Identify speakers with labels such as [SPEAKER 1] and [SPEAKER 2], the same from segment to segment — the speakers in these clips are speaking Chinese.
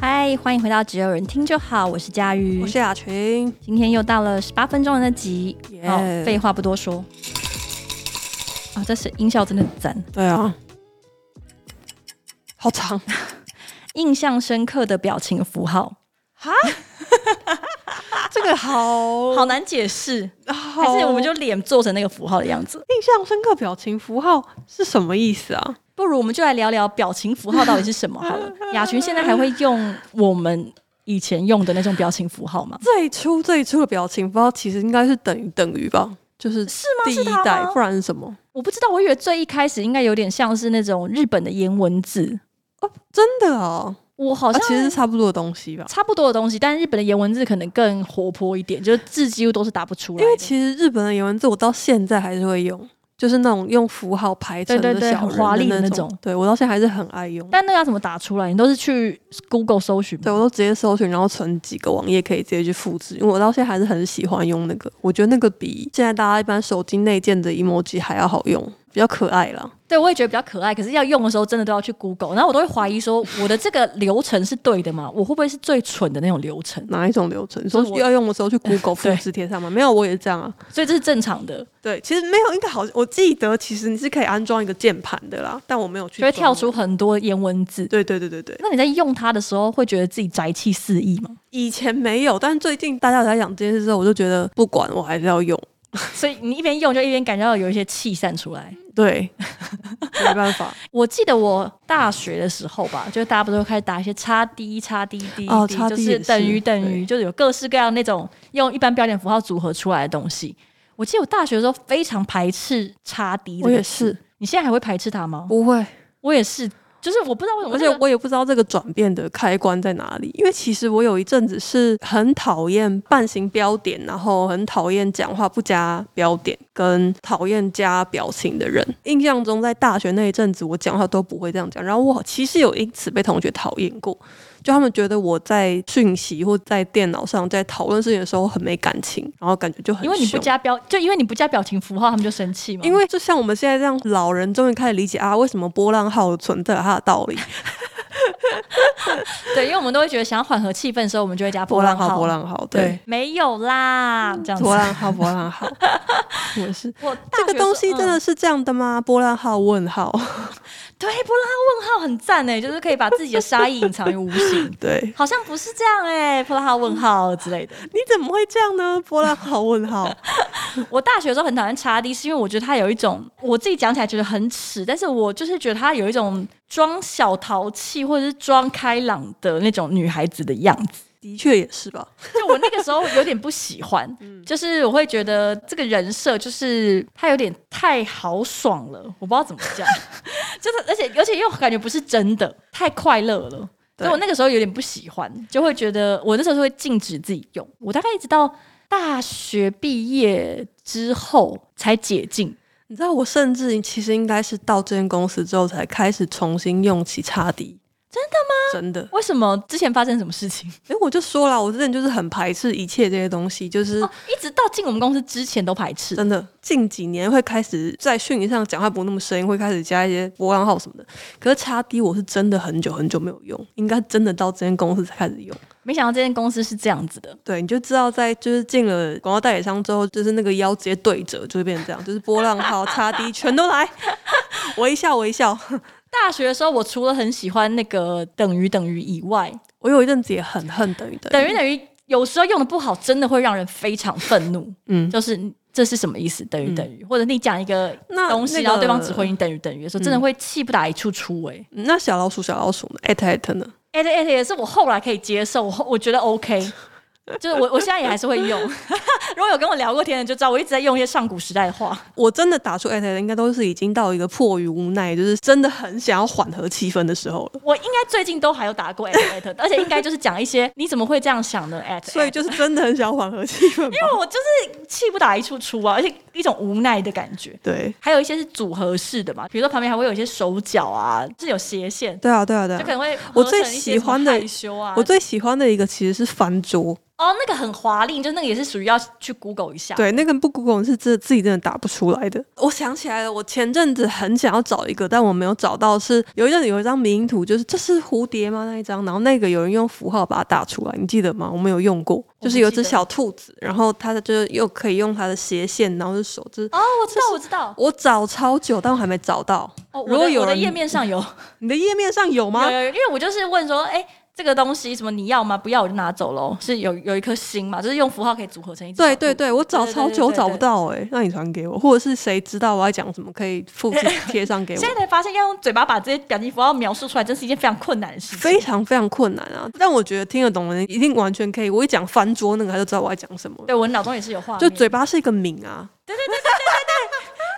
[SPEAKER 1] 嗨，欢迎回到只有人听就好，我是佳瑜，
[SPEAKER 2] 我是雅群，
[SPEAKER 1] 今天又到了十八分钟的集，
[SPEAKER 2] 耶
[SPEAKER 1] 好，废话不多说。啊，这是音效真的很赞，
[SPEAKER 2] 对啊，好长
[SPEAKER 1] 印象深刻的表情符号，
[SPEAKER 2] 哈，这个好
[SPEAKER 1] 好难解释，
[SPEAKER 2] 好
[SPEAKER 1] 还是我们就脸做成那个符号的样子？
[SPEAKER 2] 印象深刻表情符号是什么意思啊？
[SPEAKER 1] 不如我们就来聊聊表情符号到底是 什么好了。雅群现在还会用我们以前用的那种表情符号吗？
[SPEAKER 2] 最初最初的表情符号其实应该是等于等于吧，就是
[SPEAKER 1] 是吗？
[SPEAKER 2] 第
[SPEAKER 1] 是
[SPEAKER 2] 一
[SPEAKER 1] 它
[SPEAKER 2] 代
[SPEAKER 1] 吗，
[SPEAKER 2] 不然是什么？
[SPEAKER 1] 我不知道，我以为最一开始应该有点像是那种日本的颜文字，
[SPEAKER 2] 真的哦，
[SPEAKER 1] 我好
[SPEAKER 2] 啊
[SPEAKER 1] 像、
[SPEAKER 2] 其实是差不多的东西吧。
[SPEAKER 1] 差不多的东西，但日本的颜文字可能更活泼一点，就是字几乎都是打不出来
[SPEAKER 2] 因
[SPEAKER 1] 的。
[SPEAKER 2] 为其实日本的颜文字我到现在还是会用，就是那种用符号排成
[SPEAKER 1] 对
[SPEAKER 2] 的
[SPEAKER 1] 对对
[SPEAKER 2] 小
[SPEAKER 1] 很华丽
[SPEAKER 2] 人
[SPEAKER 1] 的那
[SPEAKER 2] 的那
[SPEAKER 1] 种
[SPEAKER 2] 对我到现在还是很爱用。
[SPEAKER 1] 但那个要怎么打出来？你都是去 Google 搜寻吗
[SPEAKER 2] 对，我都直接搜寻，然后存几个网页可以直接去复制，因为我到现在还是很喜欢用那个，我觉得那个比现在大家一般手机内建的 emoji 还要好用，比较可爱啦。
[SPEAKER 1] 对，我也觉得比较可爱。可是要用的时候，真的都要去 Google，然后我都会怀疑说，我的这个流程是对的吗？我会不会是最蠢的那种流程？
[SPEAKER 2] 哪一种流程？说
[SPEAKER 1] 就是我
[SPEAKER 2] 要用的时候去 Google 复
[SPEAKER 1] 对
[SPEAKER 2] 制贴上吗？没有，我也是这样啊。
[SPEAKER 1] 所以这是正常的，
[SPEAKER 2] 对，其实没有，应该好，我记得其实你是可以安装一个键盘的啦，但我没有去
[SPEAKER 1] 就会
[SPEAKER 2] 装
[SPEAKER 1] 跳出
[SPEAKER 2] 欸。
[SPEAKER 1] 很多颜文字。
[SPEAKER 2] 对对对对对，
[SPEAKER 1] 那你在用它的时候，会觉得自己宅气四溢吗？
[SPEAKER 2] 以前没有，但最近大家有在讲这件事之后，我就觉得不管我还是要用。
[SPEAKER 1] 所以你一边用就一边感觉到有一些气散出来。
[SPEAKER 2] 对，没办法。
[SPEAKER 1] 我记得我大学的时候吧，就大家不都开始打一些叉 D 叉 D D
[SPEAKER 2] 哦
[SPEAKER 1] D，
[SPEAKER 2] 叉 D
[SPEAKER 1] 就是
[SPEAKER 2] 也是
[SPEAKER 1] 等于等于，就是有各式各样那种用一般标点符号组合出来的东西。我记得我大学的时候非常排斥叉 D，
[SPEAKER 2] 我也是。
[SPEAKER 1] 你现在还会排斥它吗？
[SPEAKER 2] 不会，
[SPEAKER 1] 我也是，就是我不知道为什么，
[SPEAKER 2] 而且我也不知道这个转变的开关在哪里，因为其实我有一阵子是很讨厌半形标点，然后很讨厌讲话不加标点，跟讨厌加表情的人。印象中在大学那一阵子，我讲话都不会这样讲，然后我其实有因此被同学讨厌过，就他们觉得我在讯息或在电脑上在讨论事情的时候很没感情，然后感觉就很
[SPEAKER 1] 因为你不
[SPEAKER 2] 凶
[SPEAKER 1] 加标，就因为你不加表情符号，他们就生气嘛。
[SPEAKER 2] 因为就像我们现在这样，老人终于开始理解啊，为什么波浪号存在有啊它的道理。
[SPEAKER 1] 对，因为我们都会觉得想要缓和气氛的时候，我们就会加
[SPEAKER 2] 波浪
[SPEAKER 1] 浪
[SPEAKER 2] 号，波浪号，对
[SPEAKER 1] 对，，没有啦，这样子。
[SPEAKER 2] 波浪 号，波浪号，我是
[SPEAKER 1] 我
[SPEAKER 2] 这个东西真的是这样的吗？波浪号问 号，
[SPEAKER 1] 对波浪号问号很赞哎，就是可以把自己的杀意隐藏于无形。
[SPEAKER 2] 对，
[SPEAKER 1] 好像不是这样哎、欸，波浪号问号之类的。
[SPEAKER 2] 你怎么会这样呢？波浪号问号，
[SPEAKER 1] 我大学的时候很讨厌查理，是因为我觉得他有一种我自己讲起来觉得很耻，但是我就是觉得他有一种装小淘气或者是装开朗的那种女孩子的样子，
[SPEAKER 2] 的确也是吧？
[SPEAKER 1] 就我那个时候有点不喜欢，
[SPEAKER 2] 嗯
[SPEAKER 1] 就是我会觉得这个人设就是他有点太豪爽了，我不知道怎么讲， 就是而且而且又感觉不是真的，太快乐了。所
[SPEAKER 2] 对
[SPEAKER 1] 以我那个时候有点不喜欢，就会觉得我那时候就会禁止自己用。我大概一直到大学毕业之后才解禁。
[SPEAKER 2] 你知道，我甚至其实应该是到这间公司之后才开始重新用起叉 D，真的吗？真的。
[SPEAKER 1] 为什么之前发生什么事情？
[SPEAKER 2] 哎，我就说了，我之前就是很排斥一切这些东西，就是
[SPEAKER 1] 哦，一直到进我们公司之前都排斥。
[SPEAKER 2] 真的，近几年会开始在训练上讲话不那么生硬，会开始加一些波浪号什么的。可是叉 D 我是真的很久很久没有用，应该真的到这间公司才开始用。
[SPEAKER 1] 没想到这间公司是这样子的，
[SPEAKER 2] 对，你就知道在就是进了广告代理商之后，就是那个腰直接对折，就会变成这样，就是波浪号、叉 D 全都来，微笑微笑。
[SPEAKER 1] 大学的时候，我除了很喜欢那个等于等于以外，
[SPEAKER 2] 我有一阵子也很恨等于等
[SPEAKER 1] 等
[SPEAKER 2] 于，
[SPEAKER 1] 于等于有时候用的不好，真的会让人非常愤怒。
[SPEAKER 2] 嗯，
[SPEAKER 1] 就是这是什么意思？等于等于，或者你讲一个
[SPEAKER 2] 那
[SPEAKER 1] 东西，
[SPEAKER 2] 那个嗯
[SPEAKER 1] 然后对方只回你等于等于的时候，真的会气不打一处出哎、欸。哎
[SPEAKER 2] 那小老鼠小老鼠呢？at at 呢？
[SPEAKER 1] at at 也是我后来可以接受，我后我觉得 OK，就是我我现在也还是会用。 如果有跟我聊过天的就知道，我一直在用一些上古时代的话。
[SPEAKER 2] 我真的打出 at at 应该都是已经到一个迫于无奈，就是真的很想要缓和气氛的时候了。
[SPEAKER 1] 我应该最近都还有打过 at at，而且 应该就是讲一些你怎么会这样想呢 at，
[SPEAKER 2] 所以就是真的很想缓和气氛吧。
[SPEAKER 1] 因为我就是气不打一处出啊，而且一种无奈的感觉。
[SPEAKER 2] 对
[SPEAKER 1] 还有一些是组合式的嘛，比如说旁边还会有一些手脚啊，是有斜线，
[SPEAKER 2] 对啊，对啊，对
[SPEAKER 1] 就可
[SPEAKER 2] 啊。
[SPEAKER 1] 能会合
[SPEAKER 2] 我最
[SPEAKER 1] 成一些
[SPEAKER 2] 喜欢的
[SPEAKER 1] 什么害羞啊，
[SPEAKER 2] 我最喜欢的一个其实是翻桌，
[SPEAKER 1] 哦哦，那个很华丽，就那个也是属于要去 Google 一下。
[SPEAKER 2] 对，那个不 Google 是自自己真的打不出来的。我想起来了，我前阵子很想要找一个，但我没有找到是。有一阵子有一张迷因图，就是这是蝴蝶吗？那一张，然后那个有人用符号把它打出来，你记得吗？我们有用过，
[SPEAKER 1] 不
[SPEAKER 2] 就是有一
[SPEAKER 1] 记
[SPEAKER 2] 只
[SPEAKER 1] 得
[SPEAKER 2] 小兔子，然后它的就是又可以用它的斜线，然后是手，就是
[SPEAKER 1] 哦，我知道，我知道。
[SPEAKER 2] 我找超久，但我还没找到。
[SPEAKER 1] 哦，我的
[SPEAKER 2] 如果有
[SPEAKER 1] 我的
[SPEAKER 2] 人啊
[SPEAKER 1] 页面上有
[SPEAKER 2] 你的页面上有吗
[SPEAKER 1] 有？有有，因为我就是问说，哎、这个东西什么你要吗？不要我就拿走喽。是有有一颗星嘛，就是用符号可以组合成一只小
[SPEAKER 2] 对
[SPEAKER 1] 兔。
[SPEAKER 2] 对对，我找
[SPEAKER 1] 对对
[SPEAKER 2] 超
[SPEAKER 1] 对
[SPEAKER 2] 久
[SPEAKER 1] 对
[SPEAKER 2] 找
[SPEAKER 1] 对
[SPEAKER 2] 不到哎、那你传给我，或者是谁知道我要讲什么，可以复制贴 上给我
[SPEAKER 1] 现。在才发现要用嘴巴把这些表情符号描述出来，真是一件非常困难的事
[SPEAKER 2] 非
[SPEAKER 1] 情。
[SPEAKER 2] 常非常困难啊！但我觉得听得懂的人一定完全可以。我一讲翻桌那个，他就知道我要讲什么了。
[SPEAKER 1] 对我脑中也是有画面，
[SPEAKER 2] 就嘴巴是一个皿啊，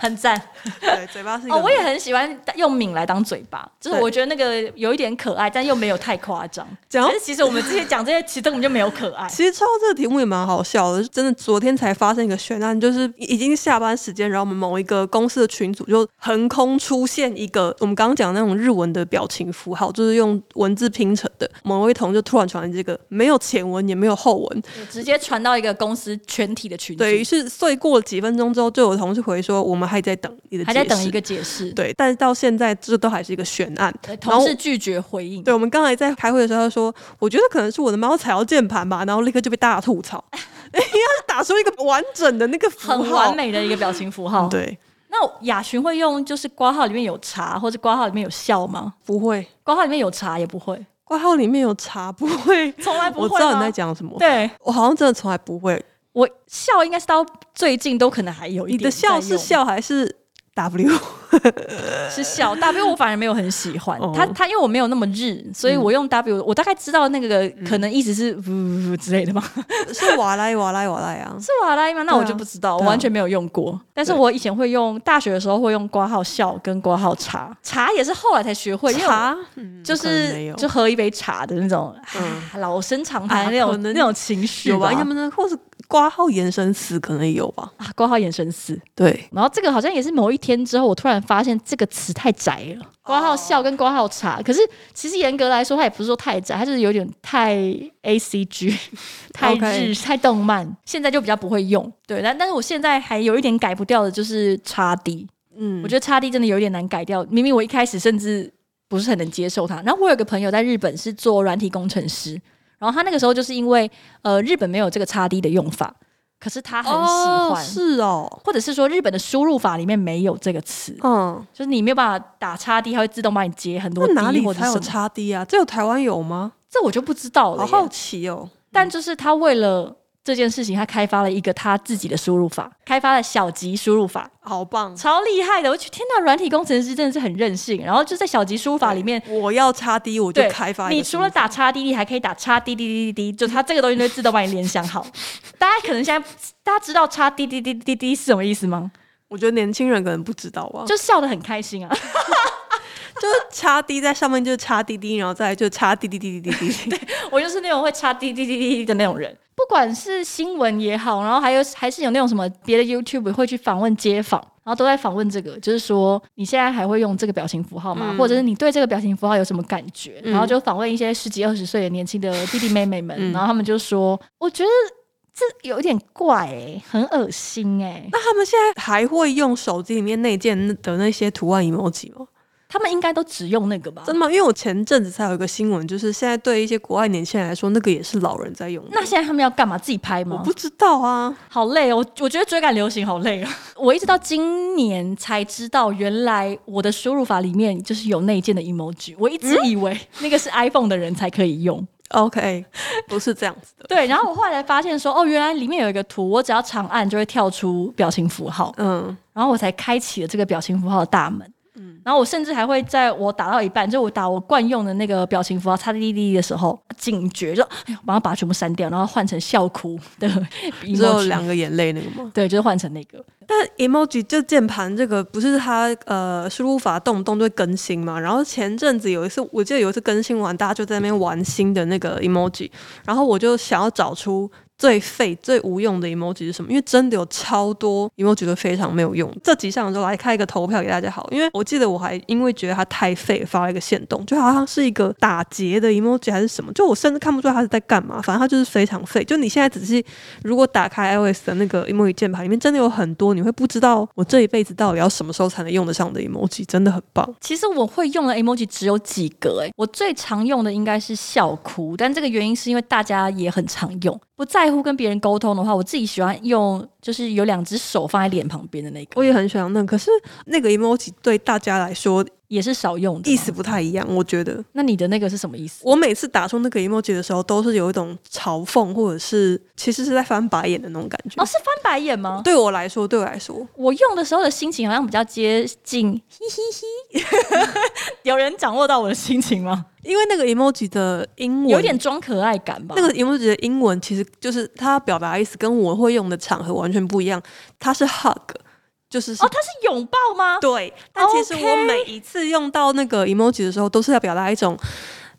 [SPEAKER 1] 很赞
[SPEAKER 2] 对，嘴巴是一个
[SPEAKER 1] 哦，
[SPEAKER 2] 皿。
[SPEAKER 1] 我也很喜欢用抿来当嘴巴，就是
[SPEAKER 2] 对
[SPEAKER 1] 我觉得那个有一点可爱，但又没有太夸 张。
[SPEAKER 2] 讲到
[SPEAKER 1] 但是其实我们之前讲这些，其实根本就没有可 爱。
[SPEAKER 2] 其实抽到这个题目也蛮好笑的，真的昨天才发生一个悬案，就是已经下班时间，然后我们某一个公司的群组就横空出现一个我们刚刚讲的那种日文的表情符号，就是用文字拼成的。某位同事就突然传这个，没有前文也没有后文，
[SPEAKER 1] 我直接传到一个公司全体的群组，
[SPEAKER 2] 对于是，所以过了几分钟之后，就有同事回说我们还在等你的，
[SPEAKER 1] 还在等一。个解释。
[SPEAKER 2] 对，但是到现在这都还是一个悬案。
[SPEAKER 1] 对，
[SPEAKER 2] 然
[SPEAKER 1] 同
[SPEAKER 2] 后
[SPEAKER 1] 事拒绝回应。
[SPEAKER 2] 对，我们刚才在开会的时候，他说，我觉得可能是我的猫踩到键盘吧，然后立刻就被大家 吐槽，因为他是打出一个完整的那个符号，嗯
[SPEAKER 1] 很完美的一个表情符号。
[SPEAKER 2] 对，
[SPEAKER 1] 那雅群会用就是挂号里面有茶，或者挂号里面有笑吗？
[SPEAKER 2] 不会，
[SPEAKER 1] 挂号里面有茶也不会，
[SPEAKER 2] 挂号里面有茶，不会。
[SPEAKER 1] 从来不会
[SPEAKER 2] 我
[SPEAKER 1] 吗。
[SPEAKER 2] 知道你在讲什么，
[SPEAKER 1] 对
[SPEAKER 2] 我好像真的从来不会。
[SPEAKER 1] 我笑应该是到最近都可能还有一
[SPEAKER 2] 你
[SPEAKER 1] 点。
[SPEAKER 2] 的笑是，笑还是 W？
[SPEAKER 1] 是笑 W，我反而没有很喜欢
[SPEAKER 2] 哦
[SPEAKER 1] 他他，因为我没有那么日，所以我用 W，、我大概知道那个可能意思是呜呜呜之类的 吗？
[SPEAKER 2] 是瓦来瓦来瓦来啊！
[SPEAKER 1] 是瓦拉伊吗？那
[SPEAKER 2] 对啊
[SPEAKER 1] 我就不知道，我
[SPEAKER 2] 对啊
[SPEAKER 1] 完全没有用过。但是我以前会用，大学的时候会用挂号笑跟挂号茶，茶也是后来才学会，因为我嗯就
[SPEAKER 2] 茶嗯可能没
[SPEAKER 1] 是
[SPEAKER 2] 有
[SPEAKER 1] 就喝一杯茶的那种，
[SPEAKER 2] 嗯
[SPEAKER 1] 啊老生常谈
[SPEAKER 2] 啊
[SPEAKER 1] 的那种、
[SPEAKER 2] 可能
[SPEAKER 1] 那种情绪
[SPEAKER 2] 有吧？
[SPEAKER 1] 吧
[SPEAKER 2] 要么呢，或是挂号延伸词可能也有吧？
[SPEAKER 1] 啊，挂号眼神死。
[SPEAKER 2] 对，
[SPEAKER 1] 然后这个好像也是某一天之后，我突然发现这个词太窄了，挂号笑跟挂号茶。可是其实严格来说，它也不是说太窄，它就是有点太 A C G，太
[SPEAKER 2] OK
[SPEAKER 1] 日太动漫。现在就比较不会用，对。但但是我现在还有一点改不掉的就是叉 D，
[SPEAKER 2] 嗯
[SPEAKER 1] 我觉得叉 D 真的有一点难改掉。明明我一开始甚至不是很能接受它。然后我有个朋友在日本是做软体工程师，然后他那个时候就是因为呃日本没有这个叉 D 的用法，可是他很喜
[SPEAKER 2] 哦
[SPEAKER 1] 欢，
[SPEAKER 2] 是哦，
[SPEAKER 1] 或者是说日本的输入法里面没有这个词，
[SPEAKER 2] 嗯，
[SPEAKER 1] 就是你没有办法打叉 D，它会自动帮你接很多
[SPEAKER 2] 那
[SPEAKER 1] D
[SPEAKER 2] 哪里
[SPEAKER 1] 或者
[SPEAKER 2] 才
[SPEAKER 1] 是
[SPEAKER 2] 有
[SPEAKER 1] 什么，
[SPEAKER 2] 差 D 啊？只有台湾有吗？
[SPEAKER 1] 这我就不知道了
[SPEAKER 2] 好
[SPEAKER 1] 耶。
[SPEAKER 2] 好奇哦。
[SPEAKER 1] 但就是他为了这件事情，他开发了一个他自己的输入法，开发了小级输入法，
[SPEAKER 2] 好棒！
[SPEAKER 1] 超厉害的！我去，天呐，软体工程师真的是很任性。然后就在小级输入法里面，
[SPEAKER 2] 我要差 D，我就
[SPEAKER 1] 对，
[SPEAKER 2] 开发一个
[SPEAKER 1] 你除了打叉 D，你还可以打叉 D D D D D，就它 这个东西就会自动帮你联想好。大家可能现在大家知道叉 D D D D D 是什么意思吗？
[SPEAKER 2] 我觉得年轻人可能不知道吧，
[SPEAKER 1] 就笑得很开心啊！
[SPEAKER 2] 就是插 D 在上面就是插 D D，然后再来就插 D D D D D D，
[SPEAKER 1] 我就是那种会叉 D D D D 的那种人。不管是新闻也好，然后还有还是有那种什么别的 YouTube 会去访问街访，然后都在访问这个，就是说你现在还会用这个表情符号吗？
[SPEAKER 2] 嗯
[SPEAKER 1] 或者是你对这个表情符号有什么感觉？
[SPEAKER 2] 嗯
[SPEAKER 1] 然后就访问一些十几二十岁的年轻的弟弟妹妹们，
[SPEAKER 2] 嗯
[SPEAKER 1] 然后他们就说：“我觉得这有点怪哎、很恶心哎、
[SPEAKER 2] 那他们现在还会用手机里面内建的那些图案 emoji 吗？
[SPEAKER 1] 他们应该都只用那个吧？
[SPEAKER 2] 真的吗？因为我前阵子才有一个新闻，就是现在对一些国外年轻人来说，那个也是老人在用的。
[SPEAKER 1] 那现在他们要干嘛？自己拍
[SPEAKER 2] 我
[SPEAKER 1] 吗？
[SPEAKER 2] 不知道啊，
[SPEAKER 1] 好累哦，我我觉得追赶流行好累啊！ 我一直到今年才知道，原来我的输入法里面就是有内建的 emoji，我一直以为那个是 iPhone 的人才可以用。
[SPEAKER 2] OK，不是这样子的。
[SPEAKER 1] 对，然后我后来发现说，哦，原来里面有一个图，我只要长按就会跳出表情符号，
[SPEAKER 2] 嗯，
[SPEAKER 1] 然后我才开启了这个表情符号的大门。然后我甚至还会在我打到一半，就我打我惯用的那个表情符号“叉滴滴滴”的时候，警觉就哎呦，马上把它全部删掉，然后换成笑哭的 emoji。
[SPEAKER 2] 只有两个眼泪那个吗？
[SPEAKER 1] 对，就是换成那个。
[SPEAKER 2] 但 emoji 就键盘这个，不是它呃输入法动不动就会更新嘛？然后前阵子有一次，我记得有一次更新完，大家就在那边玩新的那个 emoji，然后我就想要找出最废、最无用的 emoji 是什么？因为真的有超多 emoji 都非常没有用。这集上的时候来开一个投票给大家好，因为我记得我还因为觉得它太废，发了一个限动，就好像是一个打结的 emoji 还是什么，就我甚至看不出来它是在干嘛，反正它就是非常废。就你现在仔细如果打开 iOS 的那个 emoji 键盘里面，真的有很多你会不知道我这一辈子到底要什么时候才能用得上的 emoji，真的很棒。
[SPEAKER 1] 其实我会用的 emoji 只有几个、欸，我最常用的应该是笑哭，但这个原因是因为大家也很常用。不在乎跟别人沟通的话，我自己喜欢用，就是有两只手放在脸旁边的那个，
[SPEAKER 2] 我也很喜欢那个，可是那个 emoji 对大家来说
[SPEAKER 1] 也是少用的嘛
[SPEAKER 2] 意思。不太一样，我觉得。
[SPEAKER 1] 那你的那个是什么意思？
[SPEAKER 2] 我每次打出那个 emoji 的时候，都是有一种嘲讽，或者是其实是在翻白眼的那种感觉。
[SPEAKER 1] 哦，是翻白眼吗？
[SPEAKER 2] 对我来说，对我来说，
[SPEAKER 1] 我用的时候的心情好像比较接近，嘿嘿嘿。 有人掌握到我的心情吗？
[SPEAKER 2] 因为那个 emoji 的英文
[SPEAKER 1] 有点装可爱感吧。哦
[SPEAKER 2] 那个 emoji 的英文，其实就是它表达的意思跟我会用的场合完全不一样。它是 hug，就是是
[SPEAKER 1] 哦，它是拥抱吗？
[SPEAKER 2] 对，但其实
[SPEAKER 1] OK
[SPEAKER 2] 我每一次用到那个 emoji 的时候，都是要表达一种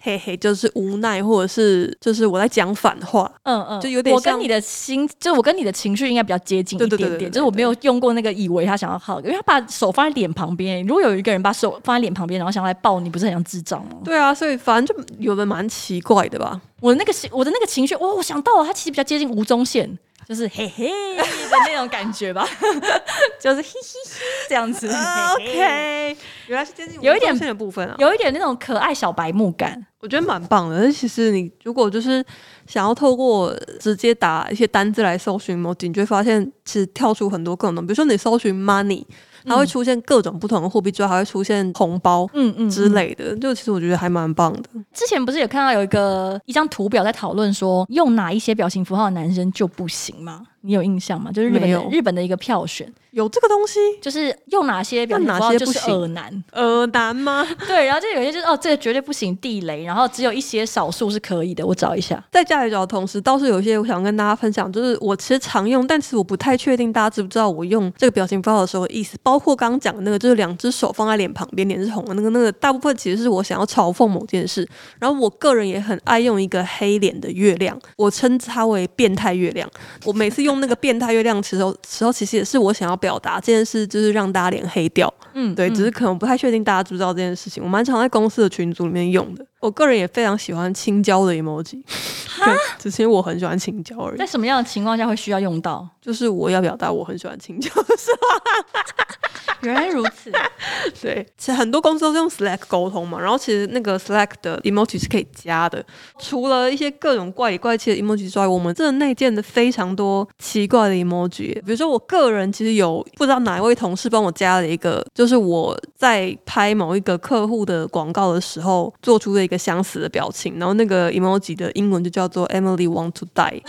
[SPEAKER 2] 嘿嘿，就是无奈，或者是就是我在讲反话。
[SPEAKER 1] 嗯嗯，
[SPEAKER 2] 就有点
[SPEAKER 1] 我跟
[SPEAKER 2] 像
[SPEAKER 1] 你的心，就我跟你的情绪应该比较接近一
[SPEAKER 2] 对
[SPEAKER 1] 点
[SPEAKER 2] 对
[SPEAKER 1] 点。
[SPEAKER 2] 对对对
[SPEAKER 1] 就是我没有用过那个以为他想要好，因为他把手放在脸旁边。如果有一个人把手放在脸旁边，然后想要来抱你，不是很像智障吗？
[SPEAKER 2] 对啊，所以反正就有的蛮奇怪的吧。
[SPEAKER 1] 我那个心，我的那个情绪，哇，我想到了，他其实比较接近吴宗宪，就是嘿嘿的那种感觉吧， 就是嘿嘿嘿这样子。
[SPEAKER 2] 啊
[SPEAKER 1] 嘿嘿
[SPEAKER 2] ，OK，原来 是接近
[SPEAKER 1] 有一点
[SPEAKER 2] 无缝线的部分啊，
[SPEAKER 1] 有一点那种可爱小白目感，
[SPEAKER 2] 我觉得蛮棒的。但是其实你如果就是想要透过直接打一些单字来搜寻 emoji，你就会发现其实跳出很多各种东西，比如说你搜寻 money，它会出现各种不同的货币之外，还会出现红包。
[SPEAKER 1] 嗯嗯
[SPEAKER 2] 之类的，就其实我觉得还蛮棒的。
[SPEAKER 1] 之前不是有看到有一个一张图表在讨论说，用哪一些表情符号的男生就不行吗？你有印象吗？就是日本
[SPEAKER 2] 没
[SPEAKER 1] 的
[SPEAKER 2] 有
[SPEAKER 1] 日本的一个票选，
[SPEAKER 2] 有这个东西，
[SPEAKER 1] 就是用哪些表情符
[SPEAKER 2] 那哪
[SPEAKER 1] 号
[SPEAKER 2] 些
[SPEAKER 1] 就
[SPEAKER 2] 不
[SPEAKER 1] 是
[SPEAKER 2] 行
[SPEAKER 1] 恶男，
[SPEAKER 2] 呃，难吗？
[SPEAKER 1] 对，然后就有一些就是哦，这个绝对不行，地雷，然后只有一些少数是可以的，我找一下。
[SPEAKER 2] 在家里找的同时，倒是有一些我想跟大家分享，就是我其实常用，但是我不太确定大家知不知道我用这个表情符号的时候的意思。包括刚刚讲的那个，就是两只手放在脸旁边，脸是红的那个，那个大部分其实是我想要嘲讽某件事。然后我个人也很爱用一个黑脸的月亮，我称它为变态月亮。我每次用那个变态月亮的时候，时候其实也是我想要表达这件事，就是让大家脸黑掉。
[SPEAKER 1] 嗯，
[SPEAKER 2] 对，
[SPEAKER 1] 嗯
[SPEAKER 2] 只是可能不太确定大家知不知道这件事情。我蛮常在公司的群组里面用的。我个人也非常喜欢青椒的 emoji，对 只是因为我很喜欢青椒而已
[SPEAKER 1] 在。什么样的情况下会需要用到？
[SPEAKER 2] 就是我要表达我很喜欢青椒的时候，
[SPEAKER 1] 原来如此，
[SPEAKER 2] 对，其实很多公司都是用 Slack 沟通嘛，然后其实那个 Slack 的 emoji 是可以加的。除了一些各种怪里怪气的 emoji 之外，我们真的内建的非常多奇怪的 emoji。比如说，我个人其实有不知道哪一位同事帮我加了一个，就是我在拍某一个客户的广告的时候做出的一个相似的表情，然后那个 emoji 的英文就叫做 Emily want to die。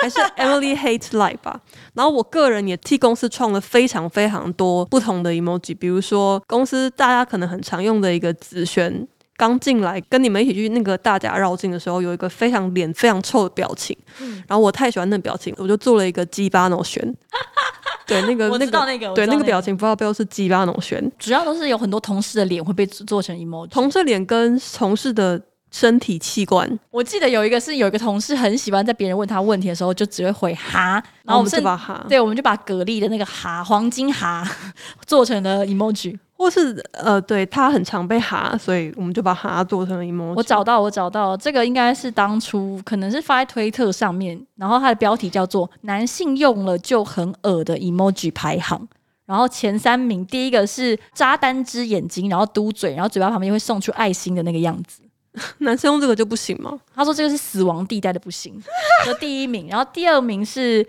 [SPEAKER 2] 还是 Emily Hate Life 吧。然后我个人也替公司创了非常非常多不同的 emoji，比如说公司大家可能很常用的一个紫璇。刚进来跟你们一起去那个大家绕境的时候，有一个非常脸非常臭的表情，
[SPEAKER 1] 嗯
[SPEAKER 2] 然后我太喜欢那表情，我就做了一个鸡巴脑 旋，对那个
[SPEAKER 1] 我
[SPEAKER 2] 那
[SPEAKER 1] 知道
[SPEAKER 2] 个
[SPEAKER 1] 那个，我
[SPEAKER 2] 对
[SPEAKER 1] 知道
[SPEAKER 2] 那个表情符号背后是鸡巴脑旋，
[SPEAKER 1] 主要都是有很多同事的脸会被做做成 emoji。
[SPEAKER 2] 同事脸跟同事的身体器官，
[SPEAKER 1] 我记得有一个是有一个同事很喜欢在别人问他问题的时候，就只会回哈，然后我们
[SPEAKER 2] 就
[SPEAKER 1] 甚
[SPEAKER 2] 把它
[SPEAKER 1] 对，我们就把蛤蜊的那个蛤黄金蛤 做成了 emoji。
[SPEAKER 2] 或是呃，对他很常被哈，所以我们就把哈做成 emoji。
[SPEAKER 1] 我找到，我找到，这个应该是当初可能是发在推特上面，然后它的标题叫做“男性用了就很恶的 emoji 排行”，然后前三名第一个是扎单只眼睛，然后嘟嘴，然后嘴巴旁边会送出爱心的那个样子。
[SPEAKER 2] 男生用这个就不行吗？
[SPEAKER 1] 他说这个是死亡地带的不 行，就第一名，然后第二名是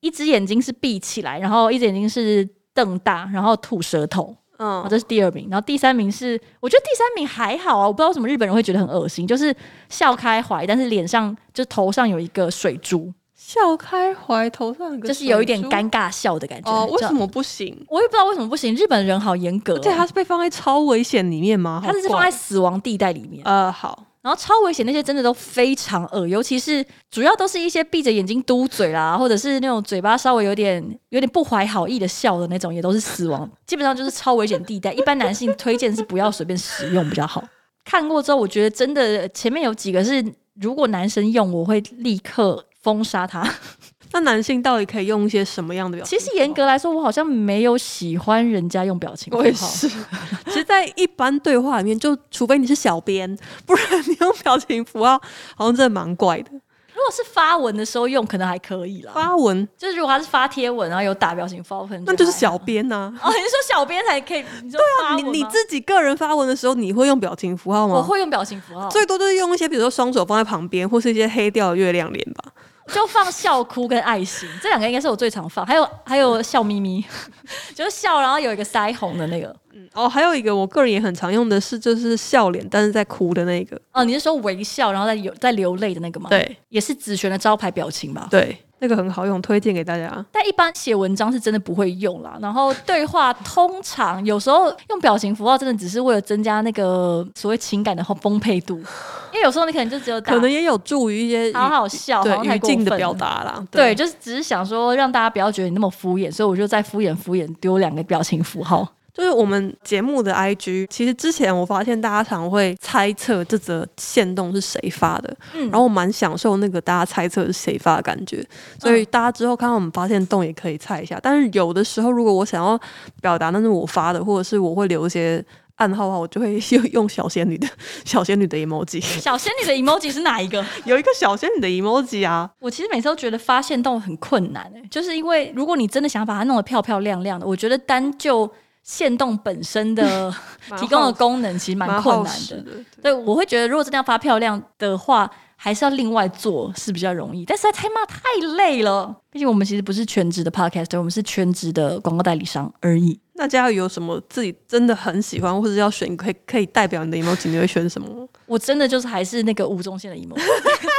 [SPEAKER 1] 一只眼睛是闭起来，然后一只眼睛是瞪大，然后吐舌头。
[SPEAKER 2] 嗯
[SPEAKER 1] 好，，这是第二名，然后第三名是，我觉得第三名还好啊，我不知道为什么日本人会觉得很恶心，就是笑开怀，但是脸上就头上有一个水珠，
[SPEAKER 2] 笑开怀，头上有个
[SPEAKER 1] 就是有一点
[SPEAKER 2] 水珠
[SPEAKER 1] 尴尬笑的感觉。
[SPEAKER 2] 哦，为
[SPEAKER 1] 这
[SPEAKER 2] 什
[SPEAKER 1] 样？
[SPEAKER 2] 么不行？
[SPEAKER 1] 我也不知道为什么不行，日本人好严格哦、
[SPEAKER 2] 而且它是被放在超危险里面吗？
[SPEAKER 1] 他是
[SPEAKER 2] 好
[SPEAKER 1] 放
[SPEAKER 2] 怪
[SPEAKER 1] 在死亡地带里面，
[SPEAKER 2] 呃好，
[SPEAKER 1] 然后超危险那些真的都非常恶，尤其是主要都是一些闭着眼睛嘟嘴啦，或者是那种嘴巴稍微有点有点不怀好意的笑的那种，也都是死亡，基本上就是超危险地带。一般男性推荐是不要随便使用比较好。看过之后，我觉得真的前面有几个是，如果男生用，我会立刻封杀他。
[SPEAKER 2] 那男性到底可以用一些什么样的表情
[SPEAKER 1] 其
[SPEAKER 2] 符号？
[SPEAKER 1] 实严格来说，我好像没有喜欢人家用表情符
[SPEAKER 2] 我也
[SPEAKER 1] 号。
[SPEAKER 2] 是。 其实，在一般对话里面，就除非你是小编， 不然你用表情符号好像真的蛮怪的。
[SPEAKER 1] 如果是发文的时候用，可能还可以啦。
[SPEAKER 2] 发文
[SPEAKER 1] 就是如果他是发贴文，然后有打表情包，可能
[SPEAKER 2] 那就
[SPEAKER 1] 觉得
[SPEAKER 2] 是
[SPEAKER 1] 还
[SPEAKER 2] 小
[SPEAKER 1] 好
[SPEAKER 2] 编呐、
[SPEAKER 1] 哦。你是说小编才可以？你对
[SPEAKER 2] 啊。你你自己个人发文的时候，你会用表情符号吗？
[SPEAKER 1] 我，会用表情符号，
[SPEAKER 2] 最多就是用一些比如说双手放在旁边，或是一些黑掉的月亮脸吧。
[SPEAKER 1] 就放笑哭跟爱心这两个应该是我最常放，还有还有笑眯眯， 就是笑，然后有一个腮红的那个。
[SPEAKER 2] 哦，还有一个我个人也很常用的是，就是笑脸但是在哭的那个。
[SPEAKER 1] 哦，你是说微笑，然后再流再流泪的那个吗？，
[SPEAKER 2] 对
[SPEAKER 1] 也是紫璇的招牌表情吧。
[SPEAKER 2] 对， 那个很好用，推荐给大家。
[SPEAKER 1] 但一般写文章是真的不会用啦，然后对话通常有时候用表情符号，真的只是为了增加那个所谓情感的丰沛度，因为有时候你可能就只有打
[SPEAKER 2] 可能也有助于一些语
[SPEAKER 1] 好好笑，好像
[SPEAKER 2] 对
[SPEAKER 1] 太
[SPEAKER 2] 语
[SPEAKER 1] 过分
[SPEAKER 2] 境的
[SPEAKER 1] 了嗯
[SPEAKER 2] 表达啦。
[SPEAKER 1] 对，就是只是想说让大家不要觉得你那么敷衍，所以我就在敷衍敷衍丢两个表情符号。
[SPEAKER 2] 就是我们节目的 IG，其实之前我发现大家常会猜测这则线动是谁发的，
[SPEAKER 1] 嗯
[SPEAKER 2] 然后我蛮享受那个大家猜测是谁发的感觉，
[SPEAKER 1] 嗯
[SPEAKER 2] 所以大家之后看到我们发现动也可以猜一下。但是有的时候，如果我想要表达那是我发的，或者是我会留一些暗号的话，我就会用 用小仙女的小仙女的 emoji，
[SPEAKER 1] 小仙女的 emoji 是哪一个？
[SPEAKER 2] 有一个小仙女的 emoji 啊，
[SPEAKER 1] 我其实每次都觉得发现动很困难、欸，就是因为如果你真的想把它弄得漂漂亮亮的，我觉得单就线动本身 的提供的功能其实蛮
[SPEAKER 2] 蛮
[SPEAKER 1] 困
[SPEAKER 2] 耗
[SPEAKER 1] 难
[SPEAKER 2] 时
[SPEAKER 1] 的。
[SPEAKER 2] 的。
[SPEAKER 1] 对，我会觉得如果真的要发漂亮的话，还是要另外做是比较容易，但实在太骂太累了。毕竟我们其实不是全职的 podcaster，我们是全职的广告代理商而已。
[SPEAKER 2] 大家有什么自己真的很喜欢，或者要选可以可以代表你的 emoji，你会选什么吗？
[SPEAKER 1] 我真的就是还是那个吴宗宪的 emo，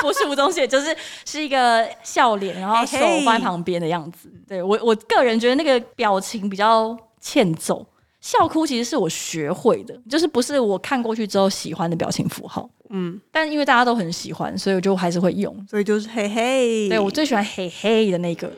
[SPEAKER 1] 不 是吴宗宪，就是是一个笑脸，然后手
[SPEAKER 2] 嘿嘿
[SPEAKER 1] 放在旁边的样子。对我我个人觉得那个表情比较欠揍，笑哭其实是我学会的，就是不是我看过去之后喜欢的表情符号，
[SPEAKER 2] 嗯。
[SPEAKER 1] 但因为大家都很喜欢，所以我就还是会用。
[SPEAKER 2] 所以就是嘿嘿，
[SPEAKER 1] 对我最喜欢嘿嘿的那个，